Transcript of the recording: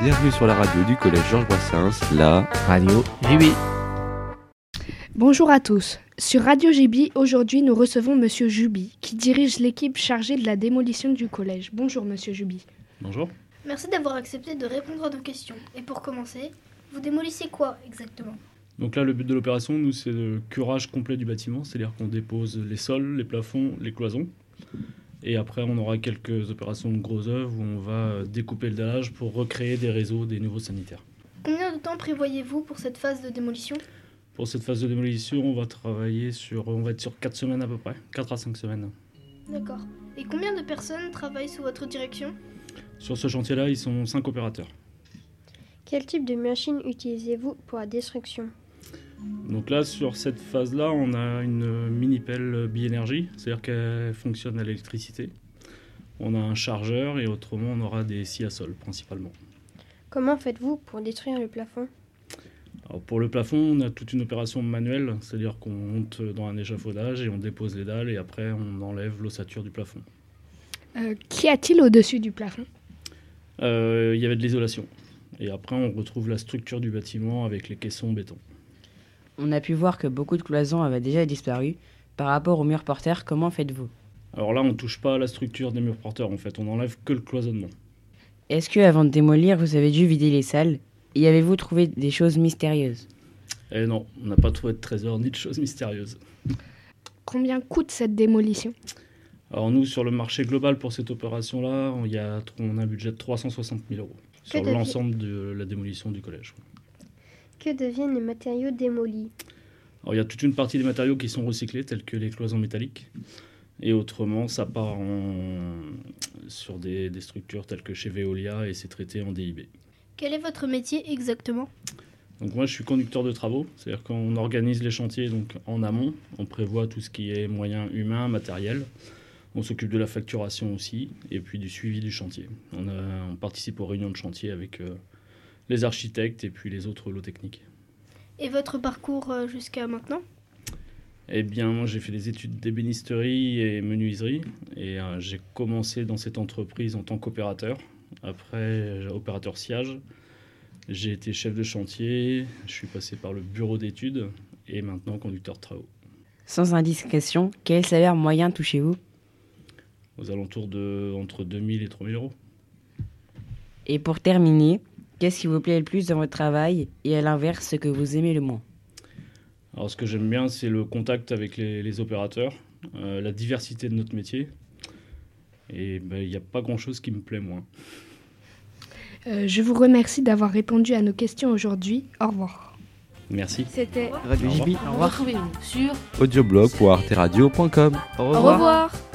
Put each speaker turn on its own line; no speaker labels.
Bienvenue sur la radio du collège Georges Brassens, la
Radio JB.
Bonjour à tous. Sur Radio Gibi, aujourd'hui nous recevons Monsieur Juby, qui dirige l'équipe chargée de la démolition du collège. Bonjour Monsieur Juby.
Bonjour.
Merci d'avoir accepté de répondre à nos questions. Et pour commencer, vous démolissez quoi exactement
Donc là, le but de l'opération, nous, c'est le curage complet du bâtiment, c'est-à-dire qu'on dépose les sols, les plafonds, les cloisons. Et après, on aura quelques opérations de gros œuvres où on va euh, découper le dallage pour recréer des réseaux, des nouveaux sanitaires.
Combien de temps prévoyez-vous pour cette phase de démolition
Pour cette phase de démolition, on va travailler sur, on va être sur 4 semaines à peu près, 4 à 5 semaines.
D'accord. Et combien de personnes travaillent sous votre direction
Sur ce chantier-là, ils sont 5 opérateurs.
Quel type de machine utilisez-vous pour la destruction
Donc là, sur cette phase-là, on a une mini-pelle bi-énergie, c'est-à-dire qu'elle fonctionne à l'électricité. On a un chargeur et autrement, on aura des scies à sol principalement.
Comment faites-vous pour détruire le plafond
Alors, pour le plafond, on a toute une opération manuelle, c'est-à-dire qu'on monte dans un échafaudage et on dépose les dalles et après on enlève l'ossature du plafond.
Euh, Qu'y a-t-il au-dessus du plafond
Euh, Il y avait de l'isolation. Et après, on retrouve la structure du bâtiment avec les caissons en béton.
On a pu voir que beaucoup de cloisons avaient déjà disparu. Par rapport aux murs porteurs, comment faites-vous
Alors là, on ne touche pas à la structure des murs porteurs, en fait, on enlève que le cloisonnement.
Est-ce que, avant de démolir, vous avez dû vider les salles Y avez-vous trouvé des choses mystérieuses
Et non, on n'a pas trouvé de trésor ni de choses mystérieuses.
Combien coûte cette démolition
Alors nous, sur le marché global pour cette opération-là, on, y a, on a un budget de 360 000 euros sur
devi-
l'ensemble de la démolition du collège.
Que deviennent les matériaux démolis
Alors, il y a toute une partie des matériaux qui sont recyclés, tels que les cloisons métalliques. Et autrement, ça part en- sur des, des structures telles que chez Veolia et c'est traité en DIB.
Quel est votre métier exactement
Donc moi, je suis conducteur de travaux, c'est-à-dire qu'on organise les chantiers donc en amont, on prévoit tout ce qui est moyens humains, matériel. On s'occupe de la facturation aussi et puis du suivi du chantier. On, a- on participe aux réunions de chantier avec euh, les architectes et puis les autres lots techniques.
Et votre parcours euh, jusqu'à maintenant
Eh bien, moi, j'ai fait des études d'ébénisterie et menuiserie. Et euh, j'ai commencé dans cette entreprise en tant qu'opérateur. Après, euh, opérateur sciage. J'ai été chef de chantier. Je suis passé par le bureau d'études et maintenant conducteur de travaux.
Sans indiscrétion, quel salaire moyen touchez-vous
Aux alentours de entre 2000 et 3000 euros.
Et pour terminer, qu'est-ce qui vous plaît le plus dans votre travail et à l'inverse, ce que vous aimez le moins
Alors, ce que j'aime bien, c'est le contact avec les, les opérateurs, euh, la diversité de notre métier. Et ben, il n'y a pas grand-chose qui me plaît moins.
Euh, Je vous remercie d'avoir répondu à nos questions aujourd'hui. Au revoir.
Merci.
C'était
Radio
Au revoir.
JB.
Retrouvez-nous sur
audioblog.arteradio.com.
Au
Au revoir.